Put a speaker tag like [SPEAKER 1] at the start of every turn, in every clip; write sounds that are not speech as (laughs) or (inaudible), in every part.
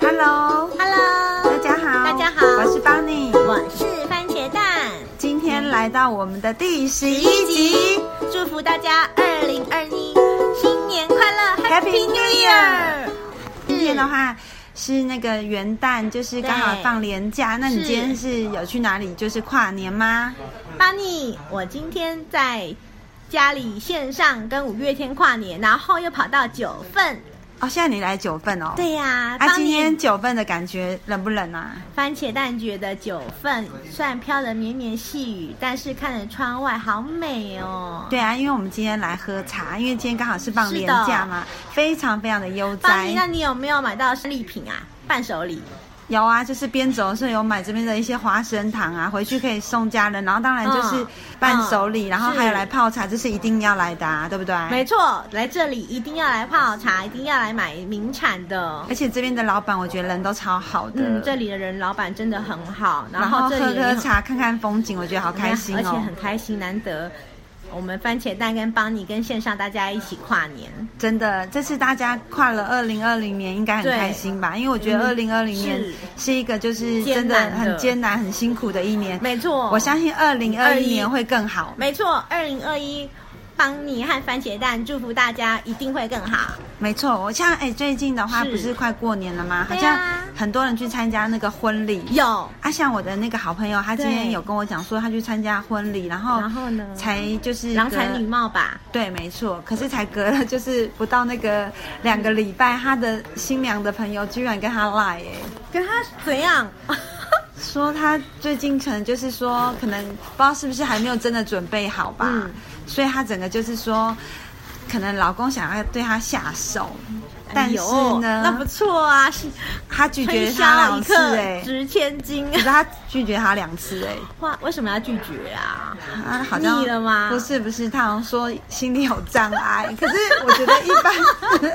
[SPEAKER 1] Hello，
[SPEAKER 2] Hello，
[SPEAKER 1] 大家好，
[SPEAKER 2] 大家好
[SPEAKER 1] 我是邦尼。
[SPEAKER 2] 我是番茄蛋。
[SPEAKER 1] 今天来到我们的第十
[SPEAKER 2] 第一
[SPEAKER 1] 一
[SPEAKER 2] 集
[SPEAKER 1] 集，
[SPEAKER 2] 祝福大家二零二一新年快乐
[SPEAKER 1] Happy New Year！今天的
[SPEAKER 2] 是
[SPEAKER 1] 话是那个元旦，就是刚好
[SPEAKER 2] 对
[SPEAKER 1] 放年假。那你
[SPEAKER 2] 是
[SPEAKER 1] 今天是有去哪里，就是跨年吗？
[SPEAKER 2] 巴尼，我今天在家里线上跟五月天跨年，然后又跑到九份。
[SPEAKER 1] 哦，现在你来九份哦。。
[SPEAKER 2] 对呀、
[SPEAKER 1] 啊，
[SPEAKER 2] 巴
[SPEAKER 1] 今
[SPEAKER 2] 尼
[SPEAKER 1] 天九份的感觉冷不冷啊？
[SPEAKER 2] 番茄蛋觉得九份虽然飘了绵绵细雨，但是看着窗外好美哦。
[SPEAKER 1] 对啊，因为我们今天来喝茶，因为今天刚好是放
[SPEAKER 2] 是的
[SPEAKER 1] 年假嘛，非常非常的悠
[SPEAKER 2] 巴尼，那
[SPEAKER 1] 哉。
[SPEAKER 2] 你有没有买到礼品
[SPEAKER 1] 哎
[SPEAKER 2] 啊？伴手礼？
[SPEAKER 1] 有啊，就是边走的时候有买这边的一些花生糖啊，回去可以送家人，然后当然就是
[SPEAKER 2] 嗯
[SPEAKER 1] 伴手礼，
[SPEAKER 2] 嗯
[SPEAKER 1] 然后还有
[SPEAKER 2] 是
[SPEAKER 1] 来泡茶，这是一定要来的、啊，对不对？
[SPEAKER 2] 嗯没错，来这里一定要来泡茶，一定要来买名产的哦
[SPEAKER 1] 而。且这边的老板，我觉得人都超好的。
[SPEAKER 2] 嗯，这里的人老板真的很好，
[SPEAKER 1] 然
[SPEAKER 2] 后
[SPEAKER 1] 后
[SPEAKER 2] 这
[SPEAKER 1] 喝
[SPEAKER 2] 里也
[SPEAKER 1] 喝
[SPEAKER 2] 很
[SPEAKER 1] 茶，看看风景，我觉得好开心
[SPEAKER 2] 而且
[SPEAKER 1] 哦。
[SPEAKER 2] 很开心，难得我们番茄蛋跟邦尼跟线上大家一起跨
[SPEAKER 1] (laughs)
[SPEAKER 2] 年，
[SPEAKER 1] 真的，这次大家跨了二零二零年，应该很
[SPEAKER 2] 对
[SPEAKER 1] 开心吧？因为我觉得二
[SPEAKER 2] 嗯
[SPEAKER 1] 零二零年
[SPEAKER 2] 是
[SPEAKER 1] 是一个就是
[SPEAKER 2] 艰
[SPEAKER 1] 真的
[SPEAKER 2] 难的
[SPEAKER 1] 很艰难、很辛苦的一年。
[SPEAKER 2] 没错，
[SPEAKER 1] 我相信二零二
[SPEAKER 2] 21
[SPEAKER 1] 一年会更好。
[SPEAKER 2] 没错，二零二一。邦尼和番茄蛋祝福大家一定会更好。
[SPEAKER 1] 没错，我像哎、最近的话
[SPEAKER 2] 是
[SPEAKER 1] 不是快过年了吗？好
[SPEAKER 2] 对啊
[SPEAKER 1] 像很多人去参加那个婚礼。
[SPEAKER 2] 有，
[SPEAKER 1] 啊，像我的那个好朋友，他今天
[SPEAKER 2] 对
[SPEAKER 1] 有跟我讲说，他去参加婚礼，然后
[SPEAKER 2] 然后呢？
[SPEAKER 1] 才就是
[SPEAKER 2] 郎才
[SPEAKER 1] 隔
[SPEAKER 2] 女貌吧？
[SPEAKER 1] 对，没错。可是才隔了就是不到那个两个礼拜，他的新娘的朋友居然跟他赖哎、
[SPEAKER 2] 可是他怎样？ (laughs)
[SPEAKER 1] 说他最近可能就是说，可能不知道是不是还没有真的准备好吧，
[SPEAKER 2] 嗯
[SPEAKER 1] 所以他整个就是说，可能老公想要对他下手，但是
[SPEAKER 2] 哎呦
[SPEAKER 1] 呢，
[SPEAKER 2] 那不错啊，是
[SPEAKER 1] 他拒绝
[SPEAKER 2] 推
[SPEAKER 1] 他
[SPEAKER 2] 销
[SPEAKER 1] 两
[SPEAKER 2] 一
[SPEAKER 1] 次
[SPEAKER 2] 克
[SPEAKER 1] 哎、
[SPEAKER 2] 值千金。 (laughs)
[SPEAKER 1] 可是他拒绝他两次哎、
[SPEAKER 2] 哇，为什么要拒绝啊？
[SPEAKER 1] 他好像
[SPEAKER 2] 腻了吗
[SPEAKER 1] 不是不是，他好像说心里有障碍。可是我觉得一
[SPEAKER 2] (laughs)
[SPEAKER 1] 般，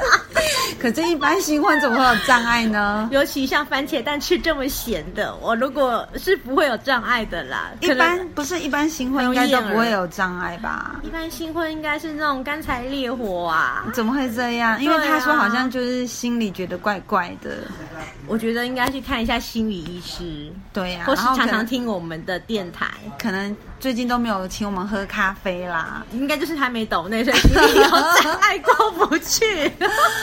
[SPEAKER 1] 可是一般新婚怎么会有障碍呢？
[SPEAKER 2] 尤其像番茄蛋吃这么咸的，我如果是不会有障碍的啦。
[SPEAKER 1] 一
[SPEAKER 2] 可
[SPEAKER 1] 般
[SPEAKER 2] 能
[SPEAKER 1] 不是一般新婚
[SPEAKER 2] 很
[SPEAKER 1] 应
[SPEAKER 2] 容
[SPEAKER 1] 该
[SPEAKER 2] 易
[SPEAKER 1] 都
[SPEAKER 2] 厌
[SPEAKER 1] 不会
[SPEAKER 2] 耳
[SPEAKER 1] 有障碍吧？
[SPEAKER 2] 一般新婚应该是那种干柴烈火啊，
[SPEAKER 1] 怎么会这样？因为
[SPEAKER 2] 对
[SPEAKER 1] 他
[SPEAKER 2] 啊
[SPEAKER 1] 说好像就是心里觉得怪怪的，
[SPEAKER 2] 我觉得应该去看一下心理医师，
[SPEAKER 1] 对呀、
[SPEAKER 2] 或是
[SPEAKER 1] 然后可
[SPEAKER 2] 常
[SPEAKER 1] 能
[SPEAKER 2] 常听我们的电台。
[SPEAKER 1] 可能最近都没有请我们喝咖啡啦。
[SPEAKER 2] 应该就是还没抖那所以心理有障碍过不去。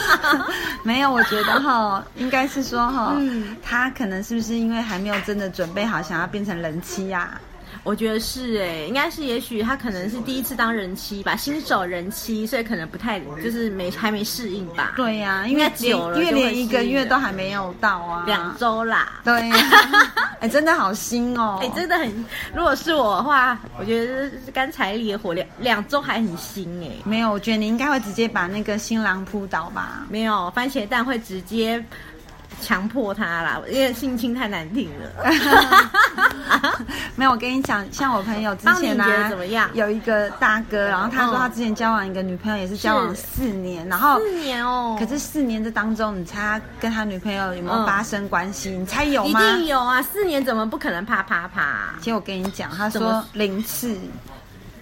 [SPEAKER 1] (laughs) 没有，我觉得哈，应该是说哈，
[SPEAKER 2] 嗯
[SPEAKER 1] 他可能是不是因为还没有真的准备好，想要变成人妻呀、
[SPEAKER 2] (laughs) 我觉得是哎、应该是也许他可能是第一次当人妻吧，新手人妻，所以可能不太就是没还没适应吧。，
[SPEAKER 1] 对呀、因
[SPEAKER 2] 应
[SPEAKER 1] 为
[SPEAKER 2] 该
[SPEAKER 1] 连
[SPEAKER 2] 久了
[SPEAKER 1] 因为
[SPEAKER 2] 就会
[SPEAKER 1] 连一个
[SPEAKER 2] 适应
[SPEAKER 1] 月
[SPEAKER 2] 了
[SPEAKER 1] 都还没有到啊，
[SPEAKER 2] 两周啦。
[SPEAKER 1] 对
[SPEAKER 2] (laughs)
[SPEAKER 1] 呀、哎、真的好新哦，
[SPEAKER 2] 哎、真的很，如果是我的话，我觉得是干柴烈火两两周还很新哎、
[SPEAKER 1] 没有，我觉得你应该会直接把那个新郎扑倒
[SPEAKER 2] (laughs)
[SPEAKER 1] 吧。
[SPEAKER 2] 没有番茄蛋会直接强迫他啦，因为性侵太难听
[SPEAKER 1] (laughs)
[SPEAKER 2] 了。
[SPEAKER 1] 没有，我跟你讲，像我朋友之前
[SPEAKER 2] 帮你觉
[SPEAKER 1] 啊，
[SPEAKER 2] 得怎么样
[SPEAKER 1] 有一个大哥，然后他说他之前交往一个女朋友，也是交往
[SPEAKER 2] 是
[SPEAKER 1] 四年，然后
[SPEAKER 2] 四年哦，
[SPEAKER 1] 可是四年这当中，你猜他跟他女朋友有没有
[SPEAKER 2] 嗯
[SPEAKER 1] 发生关系？你猜有
[SPEAKER 2] 一
[SPEAKER 1] 吗？
[SPEAKER 2] 定有啊，四年怎么不可能啪啪啪？
[SPEAKER 1] 其实我跟你讲，他
[SPEAKER 2] 怎么
[SPEAKER 1] 说零次。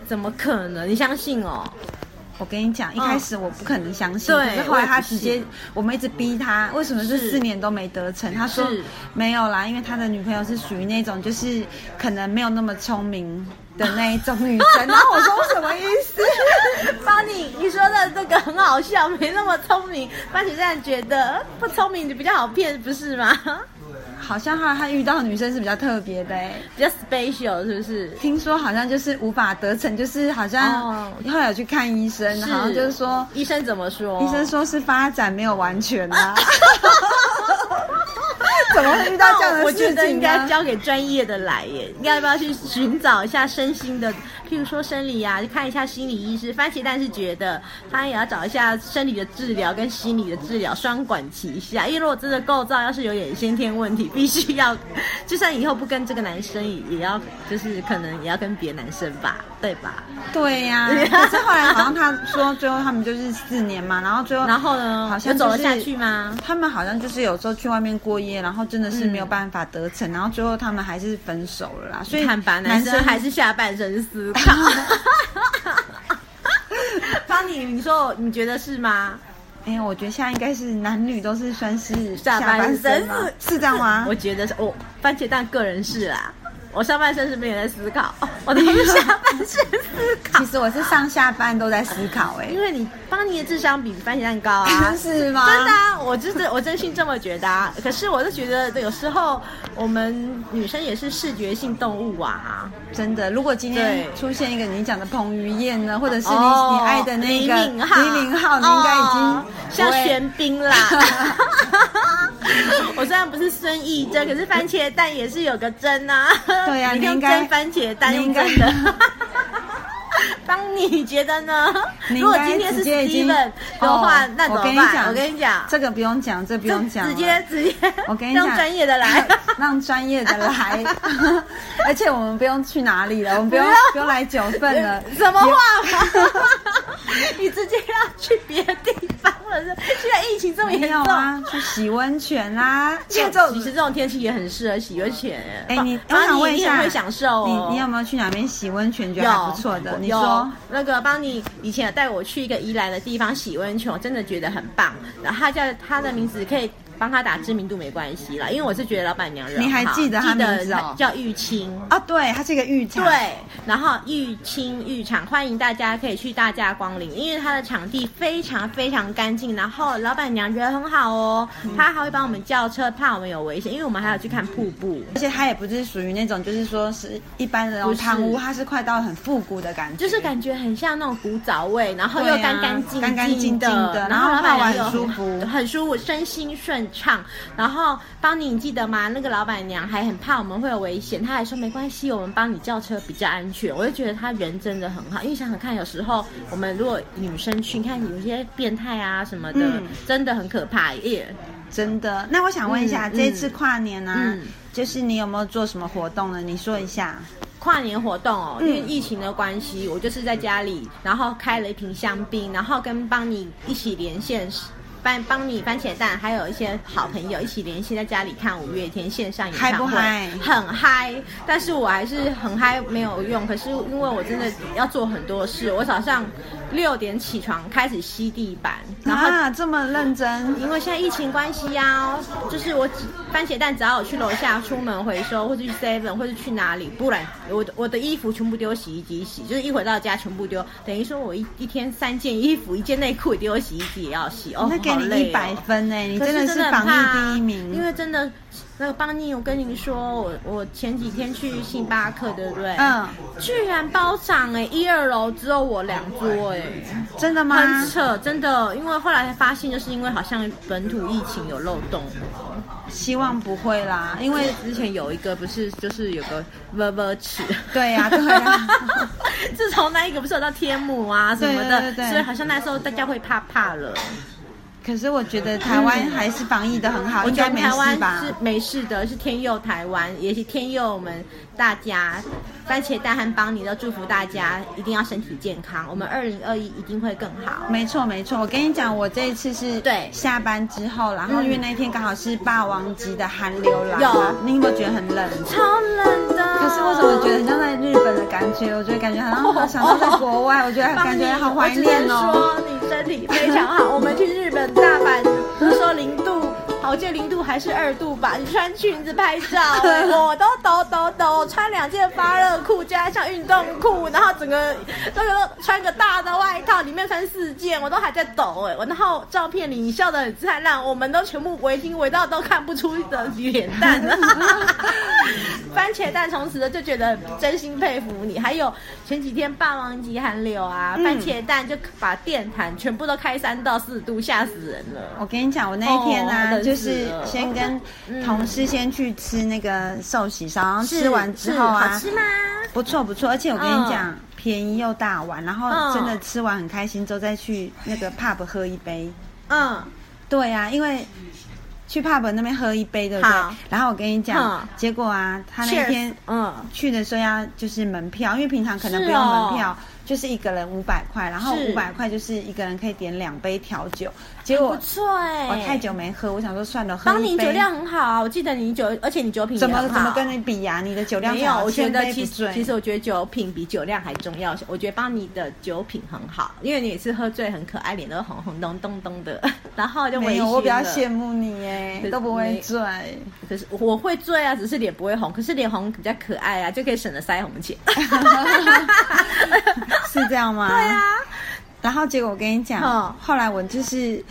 [SPEAKER 2] 怎么可能？你相信哦？ (laughs)
[SPEAKER 1] 我跟你讲，一开始我不可能相信，
[SPEAKER 2] 对
[SPEAKER 1] 可是后来他
[SPEAKER 2] 我也不
[SPEAKER 1] 直
[SPEAKER 2] 信
[SPEAKER 1] 接，我们一直逼他，为什么这
[SPEAKER 2] 是
[SPEAKER 1] 四年都没得逞？他说
[SPEAKER 2] 是
[SPEAKER 1] 没有啦，因为他的女朋友是属于那种就是可能没有那么聪明的那一种女生。然后我说什么意思？ (laughs)
[SPEAKER 2] 邦尼，你说的这个很好笑，没那么聪明。番茄蛋觉得呃不聪明就比较好骗，不是吗？ (laughs)
[SPEAKER 1] 好像他他遇到的女生是比较特别的、欸，
[SPEAKER 2] 比较 special 是不是？
[SPEAKER 1] 听说好像就是无法得逞，就是好像
[SPEAKER 2] 哦
[SPEAKER 1] 后来有去看医生，好像就是说
[SPEAKER 2] 医生怎么说？
[SPEAKER 1] 医生说是发展没有完全
[SPEAKER 2] (laughs)
[SPEAKER 1] 啊。怎么哦会遇到这样
[SPEAKER 2] 那我
[SPEAKER 1] 的
[SPEAKER 2] 我觉
[SPEAKER 1] 事
[SPEAKER 2] 得
[SPEAKER 1] 情啊
[SPEAKER 2] 应
[SPEAKER 1] 呢
[SPEAKER 2] 该？交给专业的来耶，你要不要去寻找一下身心的，譬如说生理啊，去看一下心理医师。番茄蛋是觉得他也要找一下生理的治疗跟心理的治疗双管齐下，因为如果真的构造要是有点先天问题，必须要，就算以后不跟这个男生，也也要就是可能也要跟别的男生吧，对吧？
[SPEAKER 1] 对呀、可是后来好像他说最后他们就是四年嘛，然后最后
[SPEAKER 2] 然后呢，
[SPEAKER 1] 哦好像、
[SPEAKER 2] 有
[SPEAKER 1] 就
[SPEAKER 2] 走
[SPEAKER 1] 是、
[SPEAKER 2] 了下去吗？
[SPEAKER 1] 他们好像就是有时候去外面过夜，然后真的是
[SPEAKER 2] 嗯
[SPEAKER 1] 没有办法得逞，然后最后他们还是分手了啦。所以
[SPEAKER 2] 看吧，
[SPEAKER 1] 男
[SPEAKER 2] 男生还是下半身 (laughs) 思考。方你，你说你觉得是吗？
[SPEAKER 1] 哎、我觉得现在应该是男女都是算是
[SPEAKER 2] 下半
[SPEAKER 1] 半
[SPEAKER 2] 身
[SPEAKER 1] 吗？是这样吗
[SPEAKER 2] (laughs) 我？觉得是，我、哦番茄蛋个人是啦，我上半身是没有在思考，哦、我的是下半身思考
[SPEAKER 1] 其，实我是上下班都在思考、
[SPEAKER 2] (laughs) 因为你邦尼的智商比番茄蛋高啊
[SPEAKER 1] 哎，。 (laughs) 是吗？
[SPEAKER 2] (laughs) 真的啊，我就是我真心这么觉得啊。可是我就觉得有时候我们女生也是视觉性动物啊。
[SPEAKER 1] 真的，如果今天
[SPEAKER 2] 对
[SPEAKER 1] 出现一个你讲的彭于晏呢，或者是你、
[SPEAKER 2] 哦
[SPEAKER 1] 你爱的那个
[SPEAKER 2] 李敏镐，
[SPEAKER 1] 李敏镐，你应该已经
[SPEAKER 2] 哦像
[SPEAKER 1] 不会
[SPEAKER 2] 玄彬啦。 (laughs) 我虽然不是孙艺珍，可是番茄蛋也是有个蒸啊。
[SPEAKER 1] 对呀
[SPEAKER 2] 你
[SPEAKER 1] 你
[SPEAKER 2] 用
[SPEAKER 1] 应该
[SPEAKER 2] 蒸番茄蛋，
[SPEAKER 1] 你
[SPEAKER 2] 用
[SPEAKER 1] 应该
[SPEAKER 2] 蒸的。 (laughs) 帮你觉得呢？
[SPEAKER 1] 你应
[SPEAKER 2] 如果
[SPEAKER 1] 该
[SPEAKER 2] 今天是
[SPEAKER 1] 直接已经
[SPEAKER 2] Steven 的话，
[SPEAKER 1] 哦
[SPEAKER 2] 那怎
[SPEAKER 1] 我跟
[SPEAKER 2] 么
[SPEAKER 1] 你
[SPEAKER 2] 办？
[SPEAKER 1] 讲，
[SPEAKER 2] 我跟你讲，
[SPEAKER 1] 这个不用讲，这不用讲了，
[SPEAKER 2] 直接直接，
[SPEAKER 1] 我跟你讲，
[SPEAKER 2] 让专业的
[SPEAKER 1] (laughs)
[SPEAKER 2] 来。
[SPEAKER 1] 让专业的来， (laughs) 而且我们不用去哪里了，我们不用
[SPEAKER 2] 不用
[SPEAKER 1] 不用来九份了，
[SPEAKER 2] 什么话？ (laughs) 你直接要去别的地方了？是现在疫 (laughs) 情这么
[SPEAKER 1] 也？
[SPEAKER 2] 严
[SPEAKER 1] 没有
[SPEAKER 2] 重，
[SPEAKER 1] 啊，去洗温泉啦、现
[SPEAKER 2] 现在
[SPEAKER 1] 在
[SPEAKER 2] 这
[SPEAKER 1] 这
[SPEAKER 2] 种其实
[SPEAKER 1] 种。
[SPEAKER 2] 这种天气也很适合洗温泉。
[SPEAKER 1] 哎、你我
[SPEAKER 2] 然后
[SPEAKER 1] 想问
[SPEAKER 2] 你
[SPEAKER 1] 一
[SPEAKER 2] 定
[SPEAKER 1] 下，
[SPEAKER 2] 会享受哦。
[SPEAKER 1] 你你有没有去哪边洗温泉？觉得还
[SPEAKER 2] 有
[SPEAKER 1] 不错的，你
[SPEAKER 2] 有
[SPEAKER 1] 说
[SPEAKER 2] 那个帮你以前有带我去一个宜兰的地方洗温泉，我真的觉得很棒。然后他叫他的名字可以帮他打知名度没关系啦，因为我是觉得老板娘人
[SPEAKER 1] 你还
[SPEAKER 2] 好
[SPEAKER 1] 记得他
[SPEAKER 2] 记得
[SPEAKER 1] 名字哦
[SPEAKER 2] 叫玉清。
[SPEAKER 1] 啊，对，它是一个浴场，
[SPEAKER 2] 对，然后玉清浴场欢迎大家可以去大驾光临，因为它的场地非常非常干净，然后老板娘人很好哦，她还会帮我们叫车，怕我们有危险，因为我们还要去看瀑布。
[SPEAKER 1] 而且它也不是属于那种，就是说是一般的那种
[SPEAKER 2] 不是
[SPEAKER 1] 汤屋，它是快到很复古的感觉，
[SPEAKER 2] 就是感觉很像那种古早味，然后又
[SPEAKER 1] 对啊
[SPEAKER 2] 干干净
[SPEAKER 1] 干干净净
[SPEAKER 2] 的，
[SPEAKER 1] 的
[SPEAKER 2] 然
[SPEAKER 1] 然
[SPEAKER 2] 后
[SPEAKER 1] 后
[SPEAKER 2] 老板
[SPEAKER 1] 泡
[SPEAKER 2] 娘
[SPEAKER 1] 完
[SPEAKER 2] 又
[SPEAKER 1] 很舒服
[SPEAKER 2] 很舒服，身心顺畅。然后帮你，你记得吗？那个老板娘还很怕我们会有危险，她还说没关系，我们帮你叫车比较安全。我就觉得她人真的很好，因为想想看，有时候我们如果女生去，你看有些变态啊什么的，
[SPEAKER 1] 嗯
[SPEAKER 2] 真的很可怕耶。
[SPEAKER 1] 真的。那我想问一下，
[SPEAKER 2] 嗯
[SPEAKER 1] 这一次跨年呢、
[SPEAKER 2] 嗯
[SPEAKER 1] 就是你有没有做什么活动呢？你说一下。
[SPEAKER 2] 跨年活动哦，
[SPEAKER 1] 嗯
[SPEAKER 2] 因为疫情的关系，我就是在家里，然后开了一瓶香槟，然后跟邦尼一起连线，帮帮你番茄蛋，还有一些好朋友一起连线，在家里看五月天线上演唱会，
[SPEAKER 1] 嗨不嗨
[SPEAKER 2] 很嗨，但是我还是很嗨没有用。可是因为我真的要做很多事，我早上六点起床开始吸地板，然后
[SPEAKER 1] 啊，这么认真，
[SPEAKER 2] 因为现在疫情关系呀、就是我只番茄蛋只要我去楼下出门回收，或者去 Seven，或者去哪里，不然我的我的衣服全部丢洗衣机洗，就是一回到家全部丢，等于说我一一天三件衣服，一件内裤也丢洗衣机也要洗哦，
[SPEAKER 1] 那给
[SPEAKER 2] 好
[SPEAKER 1] 你
[SPEAKER 2] 累
[SPEAKER 1] 一
[SPEAKER 2] 哦
[SPEAKER 1] 百分呢、你
[SPEAKER 2] 可
[SPEAKER 1] 真的是
[SPEAKER 2] 真的
[SPEAKER 1] 防
[SPEAKER 2] 很怕啊
[SPEAKER 1] 疫第一名。
[SPEAKER 2] 因为真的那个邦尼，我跟你说，我我前几天去星巴克，对不对？，
[SPEAKER 1] 嗯，
[SPEAKER 2] 居然包场哎、一二楼只有我两桌哎、
[SPEAKER 1] 真的吗？
[SPEAKER 2] 很扯，真的，因为后来才发现，就是因为好像本土疫情有漏洞，
[SPEAKER 1] 希望不会啦，因
[SPEAKER 2] 因为
[SPEAKER 1] 为
[SPEAKER 2] 之前有一个不是就是有个 v v 尺，
[SPEAKER 1] 对
[SPEAKER 2] (laughs)
[SPEAKER 1] 呀对呀
[SPEAKER 2] 自从那一个不是有到天母啊什么的，
[SPEAKER 1] 对对对对
[SPEAKER 2] 所以好像那时候大家会怕怕了。
[SPEAKER 1] 可是我觉得台湾还是防疫的很好，
[SPEAKER 2] 我
[SPEAKER 1] 应
[SPEAKER 2] 觉
[SPEAKER 1] 该
[SPEAKER 2] 得
[SPEAKER 1] 没
[SPEAKER 2] 台湾
[SPEAKER 1] 事吧？
[SPEAKER 2] 是没事的，是天佑台湾，也是天佑我们大家。番茄蛋和邦尼都祝福大家一定要身体健康，我们二零二一一定会更好。
[SPEAKER 1] 没错没错，我跟你讲，我这一次是
[SPEAKER 2] 对嗯
[SPEAKER 1] 下班之后，然后因为那天刚好是霸王级的寒流来，
[SPEAKER 2] 有
[SPEAKER 1] 你有没有觉得很冷？
[SPEAKER 2] 超冷的，
[SPEAKER 1] 可是我怎么觉得很像在日本的感觉？我觉得感觉好像好想到在国外，我觉得感觉好怀念哦。
[SPEAKER 2] 嗯我只能说你身体非常
[SPEAKER 1] (laughs)
[SPEAKER 2] 好。我们去日本大阪，那时候零度，好，我记得零度还是二度吧。你穿裙子拍照，哎我都抖抖抖，穿两件发热裤加上运动裤，然后整个那个穿个大的外套，里面穿四件，我都还在抖哎。我然后照片里你笑得很灿烂，我们都全部围巾围到都看不出的脸蛋了。 (laughs) 番茄蛋从此就觉得真心佩服你。还有前几天霸王级寒流啊，
[SPEAKER 1] 嗯
[SPEAKER 2] 番茄蛋就把电毯全部都开三到四度，吓死人了。
[SPEAKER 1] 我跟你讲，我那一天呢、
[SPEAKER 2] 哦冷死
[SPEAKER 1] 就是
[SPEAKER 2] 了
[SPEAKER 1] 先跟
[SPEAKER 2] 嗯
[SPEAKER 1] 同事先去吃那个寿喜烧，然后吃完之
[SPEAKER 2] 是
[SPEAKER 1] 后啊，
[SPEAKER 2] 好吃吗？
[SPEAKER 1] 不错不错，而且我跟你讲，
[SPEAKER 2] 嗯
[SPEAKER 1] 便宜又大碗，然后
[SPEAKER 2] 嗯
[SPEAKER 1] 真的吃完很开心，之后再去那个 pub 喝一杯。
[SPEAKER 2] 嗯，
[SPEAKER 1] 对啊，因为去 pub 那边喝一杯，对不对
[SPEAKER 2] 好？
[SPEAKER 1] 然后我跟你讲，
[SPEAKER 2] 嗯
[SPEAKER 1] 结果啊，他那天
[SPEAKER 2] Cheers，嗯，
[SPEAKER 1] 去的时候要就是门票，因为平常可能
[SPEAKER 2] 是
[SPEAKER 1] 不用
[SPEAKER 2] 哦
[SPEAKER 1] 门票，就是一个人五百块，然后
[SPEAKER 2] 是
[SPEAKER 1] 五百块就是一个人可以点两杯调酒，结
[SPEAKER 2] 不
[SPEAKER 1] 果
[SPEAKER 2] 错哎、
[SPEAKER 1] 我太久没喝，我想说算了，喝
[SPEAKER 2] 当
[SPEAKER 1] 一
[SPEAKER 2] 你酒
[SPEAKER 1] 杯。
[SPEAKER 2] 量很好啊，我记得你酒，而且你酒品也
[SPEAKER 1] 怎么
[SPEAKER 2] 很好
[SPEAKER 1] 怎么跟你比呀、你的酒量
[SPEAKER 2] 没有，
[SPEAKER 1] 好
[SPEAKER 2] 我觉
[SPEAKER 1] 千
[SPEAKER 2] 得
[SPEAKER 1] 杯
[SPEAKER 2] 其
[SPEAKER 1] 不
[SPEAKER 2] 实
[SPEAKER 1] 醉
[SPEAKER 2] 其实我觉得酒品比酒量还重要。我觉得帮你的酒品很好，因为你每次喝醉很可爱，脸都红红咚咚咚的， (laughs) 然后就
[SPEAKER 1] 没有，我比较羡
[SPEAKER 2] 慕。
[SPEAKER 1] 慕你哎
[SPEAKER 2] 可，
[SPEAKER 1] 都不会
[SPEAKER 2] 没 (laughs)
[SPEAKER 1] 醉。 (laughs)
[SPEAKER 2] 可是我会醉啊，只是脸不会红，可是脸红比较可爱啊，就可以省了腮红钱。
[SPEAKER 1] (laughs) 是这样吗？
[SPEAKER 2] 对啊，
[SPEAKER 1] 然后结果我跟你讲，
[SPEAKER 2] 嗯
[SPEAKER 1] 后来我就是。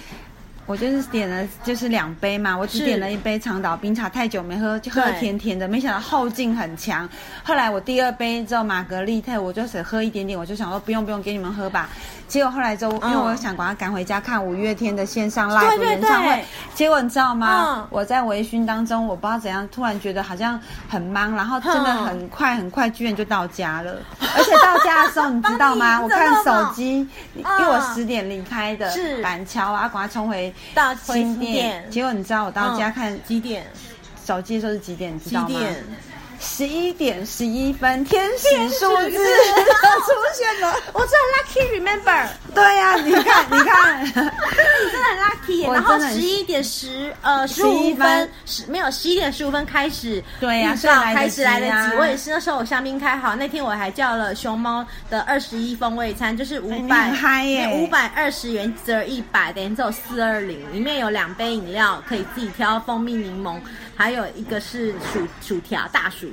[SPEAKER 1] 我就是点了，就是两杯嘛，我只
[SPEAKER 2] 是
[SPEAKER 1] 点了一杯长岛冰茶，太久没喝，就喝
[SPEAKER 2] 对
[SPEAKER 1] 甜甜的，没想到后劲很强。后来我第二杯之后，玛格丽特我就只喝一点点，我就想说不用不用，给你们喝吧。结果后来之后，因为
[SPEAKER 2] 嗯
[SPEAKER 1] 我想把它赶回家看五月天的线上
[SPEAKER 2] 对
[SPEAKER 1] live
[SPEAKER 2] 对
[SPEAKER 1] 演唱会
[SPEAKER 2] 对，
[SPEAKER 1] 结果你知道吗
[SPEAKER 2] 嗯？
[SPEAKER 1] 我在微醺当中，我不知道怎样，突然觉得好像很忙，然后真的
[SPEAKER 2] 嗯
[SPEAKER 1] 很快很快，居然就到家了。而且到家的时候，你知道吗？
[SPEAKER 2] (laughs) 帮
[SPEAKER 1] 我
[SPEAKER 2] 你怎么
[SPEAKER 1] 看
[SPEAKER 2] 弄
[SPEAKER 1] 手机，因为我十点离开的
[SPEAKER 2] 嗯是
[SPEAKER 1] 板桥啊，赶快冲回
[SPEAKER 2] 到
[SPEAKER 1] 新
[SPEAKER 2] 新店
[SPEAKER 1] 结果你知道我到家看
[SPEAKER 2] 几点？
[SPEAKER 1] 手机的时候是几点？你知
[SPEAKER 2] 几
[SPEAKER 1] 道吗？
[SPEAKER 2] 点？
[SPEAKER 1] 十一点十一分，天使数字
[SPEAKER 2] 天使
[SPEAKER 1] 出现了。
[SPEAKER 2] 我真的很 lucky remember，
[SPEAKER 1] (laughs) 对呀、你看，你看， (laughs)
[SPEAKER 2] 你真的很 lucky 耶。
[SPEAKER 1] 我
[SPEAKER 2] 然后
[SPEAKER 1] 真的很
[SPEAKER 2] 十一点十呃十
[SPEAKER 1] 11
[SPEAKER 2] 五
[SPEAKER 1] 分
[SPEAKER 2] 分十没有十一点十五分开始
[SPEAKER 1] 对呀
[SPEAKER 2] 预
[SPEAKER 1] 所以
[SPEAKER 2] 告
[SPEAKER 1] 来得
[SPEAKER 2] 开始来
[SPEAKER 1] 及
[SPEAKER 2] 得
[SPEAKER 1] 啊
[SPEAKER 2] 及。我也是那时候我香槟开好，那天我还叫了熊猫的二十一风味餐，就是五
[SPEAKER 1] 哎你
[SPEAKER 2] 百
[SPEAKER 1] 很嗨耶
[SPEAKER 2] 五百二十元只有一百，等于只有四二零，里面有两杯饮料可以自己挑，蜂蜜柠檬，还有一个是薯薯条大薯条。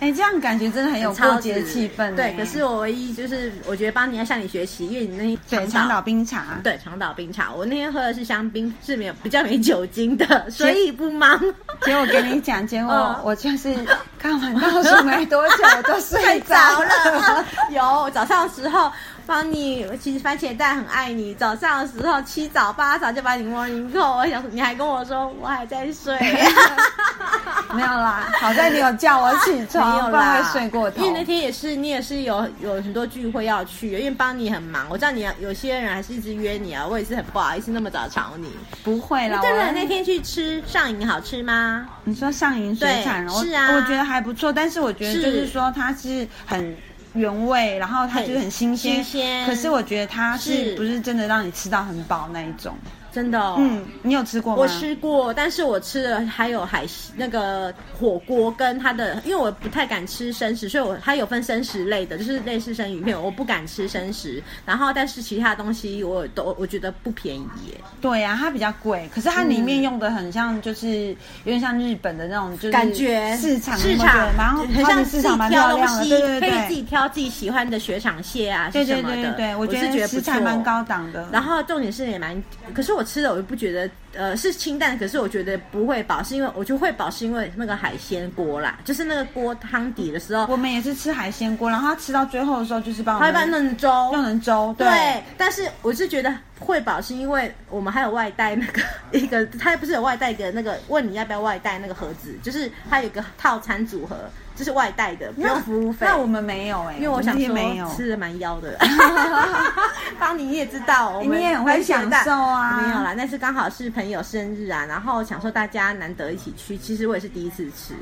[SPEAKER 1] 哎、这样感觉真的很有过
[SPEAKER 2] 超级
[SPEAKER 1] 节气氛。哎
[SPEAKER 2] 对，可是我唯一就是，我觉得帮你要向你学习，因为你那天
[SPEAKER 1] 对长岛冰茶，
[SPEAKER 2] 对，长岛冰茶，我那天喝的是香槟，是没有比较没酒精的，所以不忙。
[SPEAKER 1] 结果跟你讲，结果
[SPEAKER 2] 嗯
[SPEAKER 1] 我就是看完倒数没多久，我都睡
[SPEAKER 2] (laughs) (laughs) 睡
[SPEAKER 1] 着
[SPEAKER 2] 着
[SPEAKER 1] 了
[SPEAKER 2] 了。。有早上的时候帮你，其实番茄蛋很爱你。早上的时候七早八早就把你 morning call，我想你还跟我说我还在睡。
[SPEAKER 1] (laughs) 没有啦，好在你有叫 (laughs) 我起床，
[SPEAKER 2] (laughs) 没有
[SPEAKER 1] 不然
[SPEAKER 2] 啦，
[SPEAKER 1] 会睡过头。
[SPEAKER 2] 因为那天也是你也是有有很多聚会要去，因为邦尼很忙，我知道你有些人还是一直约你啊，我也是很不好意思那么早找你。
[SPEAKER 1] 不会啦，
[SPEAKER 2] 对了，
[SPEAKER 1] 我
[SPEAKER 2] 那天去吃上瘾好吃吗？
[SPEAKER 1] 你说上银水产，
[SPEAKER 2] 对
[SPEAKER 1] 我
[SPEAKER 2] 是啊
[SPEAKER 1] 我觉得还不错，但是我觉得
[SPEAKER 2] 是
[SPEAKER 1] 就是说它是很。原味，然后它就是很新鲜，
[SPEAKER 2] 很新鲜
[SPEAKER 1] 可是我觉得它是
[SPEAKER 2] 是
[SPEAKER 1] 不是真的让你吃到很饱那一种？
[SPEAKER 2] 真的、哦，
[SPEAKER 1] 嗯，你有吃过吗？
[SPEAKER 2] 我吃过，但是我吃了还有海鲜那个火锅跟它的，因为我不太敢吃生食，所以我它有分生食类的，就是类似生鱼片，我不敢吃生食。然后，但是其他东西我都我觉得不便宜耶，
[SPEAKER 1] 对呀、它比较贵，可是它里面用的很像，就是、有点像日本的那种，就是
[SPEAKER 2] 感觉
[SPEAKER 1] 市场
[SPEAKER 2] 市
[SPEAKER 1] 你有没有
[SPEAKER 2] 场
[SPEAKER 1] 觉得，然后
[SPEAKER 2] 很像
[SPEAKER 1] 市
[SPEAKER 2] 自己
[SPEAKER 1] 场蛮漂
[SPEAKER 2] 挑东
[SPEAKER 1] 亮的，
[SPEAKER 2] 西，
[SPEAKER 1] 对对
[SPEAKER 2] 可以自
[SPEAKER 1] 对
[SPEAKER 2] 己挑自己喜欢的雪场蟹啊，
[SPEAKER 1] 对
[SPEAKER 2] 是
[SPEAKER 1] 对
[SPEAKER 2] 什么
[SPEAKER 1] 对
[SPEAKER 2] 的
[SPEAKER 1] 对对，我
[SPEAKER 2] 我
[SPEAKER 1] 觉
[SPEAKER 2] 是觉
[SPEAKER 1] 得
[SPEAKER 2] 得不
[SPEAKER 1] 食材
[SPEAKER 2] 错
[SPEAKER 1] 蛮高档的。
[SPEAKER 2] 然后重点是也蛮，可是我吃的我就不觉得，呃，是清淡，可是我觉得不会饱，是因为我就会饱，是因为那个海鲜锅啦，就是那个锅汤底的时候，
[SPEAKER 1] 我们也是吃海鲜锅，然后它吃到最后的时候就是帮我
[SPEAKER 2] 它会把它
[SPEAKER 1] 们
[SPEAKER 2] 弄成粥。
[SPEAKER 1] 弄成粥，
[SPEAKER 2] 对，但是我是觉得会饱，是因为我们还有外带那个 (laughs) 一个，它不是有外带的那个问你要不要外带那个盒子，就是它有一个套餐组合，就是外带的，不用服务费。
[SPEAKER 1] 那我们没有哎、
[SPEAKER 2] 因为欸我
[SPEAKER 1] 们
[SPEAKER 2] 想
[SPEAKER 1] 也没有
[SPEAKER 2] 说，吃的蛮
[SPEAKER 1] (laughs)
[SPEAKER 2] 妖的，帮你你也知道，我们
[SPEAKER 1] 你也很会享受啊
[SPEAKER 2] 没有啦，那次刚好是朋友生日啊，然后想说大家难得一起去，其实我也是第一次
[SPEAKER 1] (laughs)
[SPEAKER 2] 吃，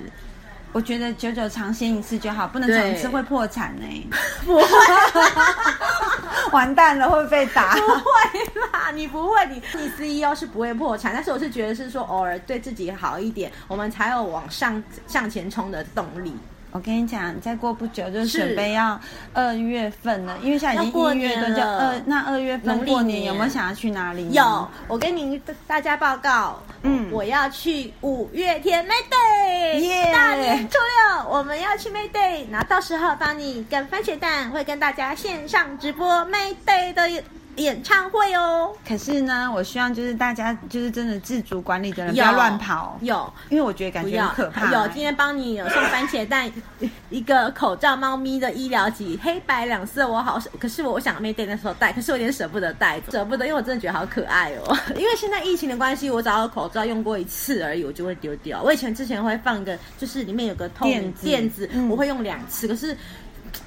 [SPEAKER 1] 我觉得久久尝鲜一次就好，不能常吃
[SPEAKER 2] 对
[SPEAKER 1] 会破产
[SPEAKER 2] (laughs)
[SPEAKER 1] 哎、
[SPEAKER 2] 不会
[SPEAKER 1] 完蛋了会被
[SPEAKER 2] (laughs)
[SPEAKER 1] 打。
[SPEAKER 2] 不会啦，你不会，你你 CEO 是不会破产，但是我是觉得是说偶尔对自己好一点，我们才有往上向前冲的动力。
[SPEAKER 1] 我跟你讲，再过不久就是
[SPEAKER 2] 是
[SPEAKER 1] 准备要二月份了，因为现在已
[SPEAKER 2] 要
[SPEAKER 1] 经
[SPEAKER 2] 过
[SPEAKER 1] 一月
[SPEAKER 2] 年
[SPEAKER 1] 了，就
[SPEAKER 2] 了
[SPEAKER 1] 二那二月份
[SPEAKER 2] 农历
[SPEAKER 1] 过年
[SPEAKER 2] 年
[SPEAKER 1] 有没有想要去哪里？
[SPEAKER 2] 有，，我跟您大家报告，
[SPEAKER 1] 嗯
[SPEAKER 2] 我要去五月天 Mayday，、
[SPEAKER 1] 耶
[SPEAKER 2] 大年初六我们要去 Mayday，然后到时候帮你跟番茄蛋会跟大家线上直播 Mayday 的演演唱会哦。
[SPEAKER 1] 可是呢，我希望就是大家就是真的自主管理的人不要乱跑，
[SPEAKER 2] 有。
[SPEAKER 1] 因为我觉得感
[SPEAKER 2] 不
[SPEAKER 1] 觉
[SPEAKER 2] 要
[SPEAKER 1] 很可怕。欸
[SPEAKER 2] 有今天帮你有送番茄蛋一个口罩猫咪的医疗级，黑白两色，我好，可是我我想 Mayday 那时候戴，可是我有点舍不得戴，舍不得，因为我真的觉得好可爱哦。 (laughs) 因为现在疫情的关系，我只要口罩用过一次而已，我就会丢掉。我以前之前会放个，就是里面有个透
[SPEAKER 1] 垫
[SPEAKER 2] 明
[SPEAKER 1] 子
[SPEAKER 2] 垫子，
[SPEAKER 1] 嗯
[SPEAKER 2] 我会用两次，可是。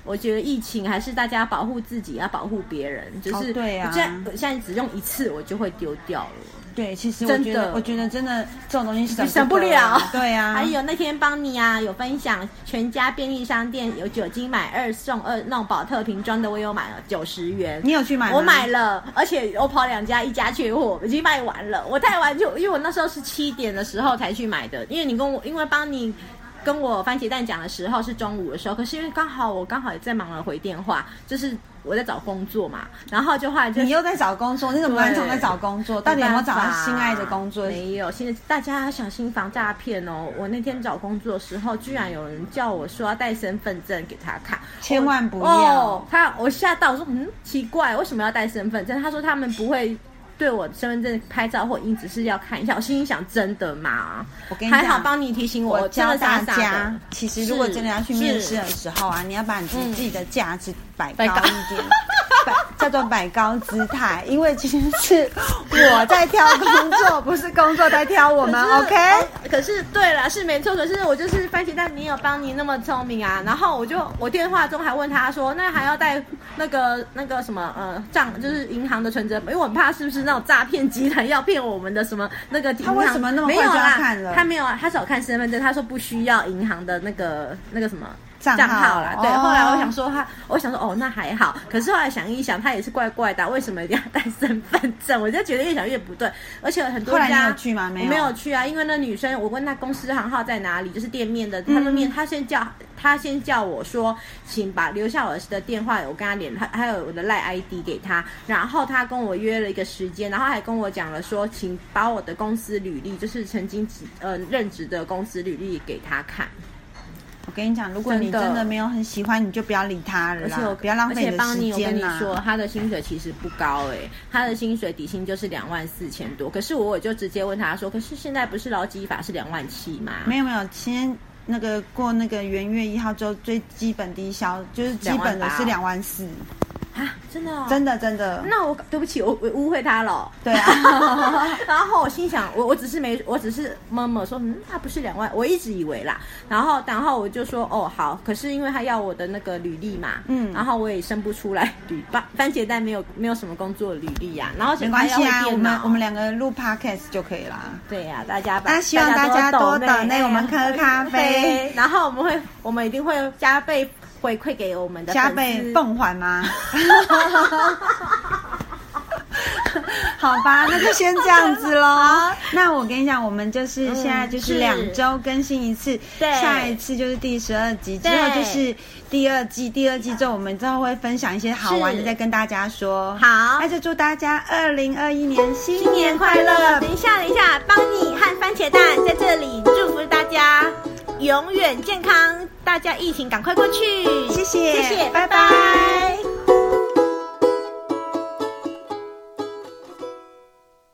[SPEAKER 2] 我觉得疫情还是大家保护自己，要保护别人。就是、
[SPEAKER 1] 哦对啊
[SPEAKER 2] 我现在我现在只用一次，我就会丢掉了。
[SPEAKER 1] 对，其实我
[SPEAKER 2] 真
[SPEAKER 1] 觉
[SPEAKER 2] 的
[SPEAKER 1] 得，我觉得真的这种东西省
[SPEAKER 2] 省不
[SPEAKER 1] 得
[SPEAKER 2] 了
[SPEAKER 1] 啊，对呀、
[SPEAKER 2] 还有那天帮你啊，有分享全家便利商店有酒精买二送二那种宝特瓶装的，我有买了九十元。
[SPEAKER 1] 你有去买吗？
[SPEAKER 2] 我买了，而且我跑两家，一家缺货，已经卖完了。我太晚就，因为我那时候是七点的时候才去买的，因为你跟我，因为帮你跟我番茄蛋讲的时候是中午的时候，可是因为刚好我刚好也在忙着回电话，就是我在找工作嘛，然后就后
[SPEAKER 1] (laughs)
[SPEAKER 2] 来就
[SPEAKER 1] 你又在找工作，你怎么蛮常在找工作？到底有没有找到
[SPEAKER 2] 办法
[SPEAKER 1] 心爱的工作？
[SPEAKER 2] 没有，现在大家要小心防诈骗哦。我那天找工作的时候，居然有人叫我说要带身份证给他看，
[SPEAKER 1] 千万不要
[SPEAKER 2] 哦、他我吓到，我说嗯，奇怪，为什么要带身份证？他说他们不会。对我身份证拍照或影只是要看一下，我心里想，真的吗？
[SPEAKER 1] 我跟你讲
[SPEAKER 2] 还好帮你提醒我，
[SPEAKER 1] 我教
[SPEAKER 2] 真的
[SPEAKER 1] 大
[SPEAKER 2] 傻傻
[SPEAKER 1] 家
[SPEAKER 2] 的，
[SPEAKER 1] 其实如果真的要去
[SPEAKER 2] 是
[SPEAKER 1] 面试的时候啊，你要把你自己的价值摆高
[SPEAKER 2] 摆高
[SPEAKER 1] 一点， (laughs) 摆叫做摆高姿态，因为其实是我在挑工作，不是工作在挑我们
[SPEAKER 2] 可是哦
[SPEAKER 1] ，OK？
[SPEAKER 2] 可是对啦，是没错。可是我就是番茄蛋，你有帮你那么聪明啊。然后我就我电话中还问他说，那还要带那个那个什么呃账，就是银行的存折，因为我很怕是不是那种诈骗集团要骗我们的什么那个银
[SPEAKER 1] 他
[SPEAKER 2] 行。
[SPEAKER 1] 为什么那么
[SPEAKER 2] 没
[SPEAKER 1] 快
[SPEAKER 2] 有
[SPEAKER 1] 就要
[SPEAKER 2] 啦
[SPEAKER 1] 看了
[SPEAKER 2] 他没有啊，他只有看身份证，他说不需要银行的那个那个什么。
[SPEAKER 1] 账号
[SPEAKER 2] 号啦，对。
[SPEAKER 1] 哦
[SPEAKER 2] 后来我想说他，我想说哦，那还好。可是后来想一想，他也是怪怪的啊，为什么一定要带身份证？我就觉得越想越不对，而且很多
[SPEAKER 1] 后来
[SPEAKER 2] 家
[SPEAKER 1] 你有去吗没有
[SPEAKER 2] 我没有去啊，因为那女生我问她公司行号在哪里，就是店面
[SPEAKER 1] 嗯
[SPEAKER 2] 的，她说面，她先叫她先叫我说，请把留下我的电话，我跟她联，还还有我的赖 ID 给她，然后她跟我约了一个时间，然后还跟我讲了说，请把我的公司履历，就是曾经几呃任职的公司履历给她看，
[SPEAKER 1] 我跟你讲，如果你
[SPEAKER 2] 真的
[SPEAKER 1] 真的没有很喜欢，你就不要理他了
[SPEAKER 2] 而
[SPEAKER 1] 啦
[SPEAKER 2] 且我，
[SPEAKER 1] 不要浪费
[SPEAKER 2] 而且
[SPEAKER 1] 你的
[SPEAKER 2] 邦
[SPEAKER 1] 时
[SPEAKER 2] 尼，我跟
[SPEAKER 1] 间啊
[SPEAKER 2] 你
[SPEAKER 1] 啦。
[SPEAKER 2] 说，他的薪水其实不高哎、他的薪水底薪就是两万四千多，可是我我就直接问他说，可是现在不是劳基法是两万七吗？
[SPEAKER 1] 没有没有，先那个过那个元月一号之后，最基本低消就是基本的是两万四，
[SPEAKER 2] 啊，真的、哦，
[SPEAKER 1] 真的真的。
[SPEAKER 2] 那我对不起，我我误会他了。
[SPEAKER 1] 对啊
[SPEAKER 2] (laughs) 然后我心想，我我只是没，我只是默默说，嗯，他不是两万，我一直以为啦。然后然后我就说，哦，好。可是因为他要我的那个履历嘛，
[SPEAKER 1] 嗯
[SPEAKER 2] 然后我也生不出来履番 (laughs) 番茄蛋没有没有什么工作履历呀、然后
[SPEAKER 1] 没关系
[SPEAKER 2] 他要
[SPEAKER 1] 啊，
[SPEAKER 2] 会
[SPEAKER 1] 我
[SPEAKER 2] 电脑
[SPEAKER 1] 们我们两个录 podcast 就可以啦。
[SPEAKER 2] 对呀、大家把
[SPEAKER 1] 那希望大家多
[SPEAKER 2] 抖
[SPEAKER 1] 抖内我们喝咖
[SPEAKER 2] (laughs)
[SPEAKER 1] 啡，
[SPEAKER 2] 然后我们会，我们一定会加倍回馈给我们的
[SPEAKER 1] 加
[SPEAKER 2] 粉
[SPEAKER 1] 倍
[SPEAKER 2] 丝 (laughs)
[SPEAKER 1] 奉还吗？好吧，那就先这样子
[SPEAKER 2] (laughs)
[SPEAKER 1] 喽。那我跟你讲，我们就是
[SPEAKER 2] 嗯
[SPEAKER 1] 现在就是
[SPEAKER 2] 是
[SPEAKER 1] 两周更新一次，
[SPEAKER 2] 对
[SPEAKER 1] 下一次就是第十二集，之
[SPEAKER 2] 对
[SPEAKER 1] 后就是第二季，第二季之后我们之后会分享一些好玩的，
[SPEAKER 2] 是
[SPEAKER 1] 再跟大家说。
[SPEAKER 2] 好
[SPEAKER 1] 那就祝大家二零二一年新
[SPEAKER 2] 新年
[SPEAKER 1] 年快
[SPEAKER 2] 快乐！
[SPEAKER 1] 乐！
[SPEAKER 2] 等一下，等一下，邦尼和番茄蛋在这里祝福大家永远健康，大家疫情赶快过去。
[SPEAKER 1] 谢谢
[SPEAKER 2] 谢谢，
[SPEAKER 1] 拜拜
[SPEAKER 2] 拜拜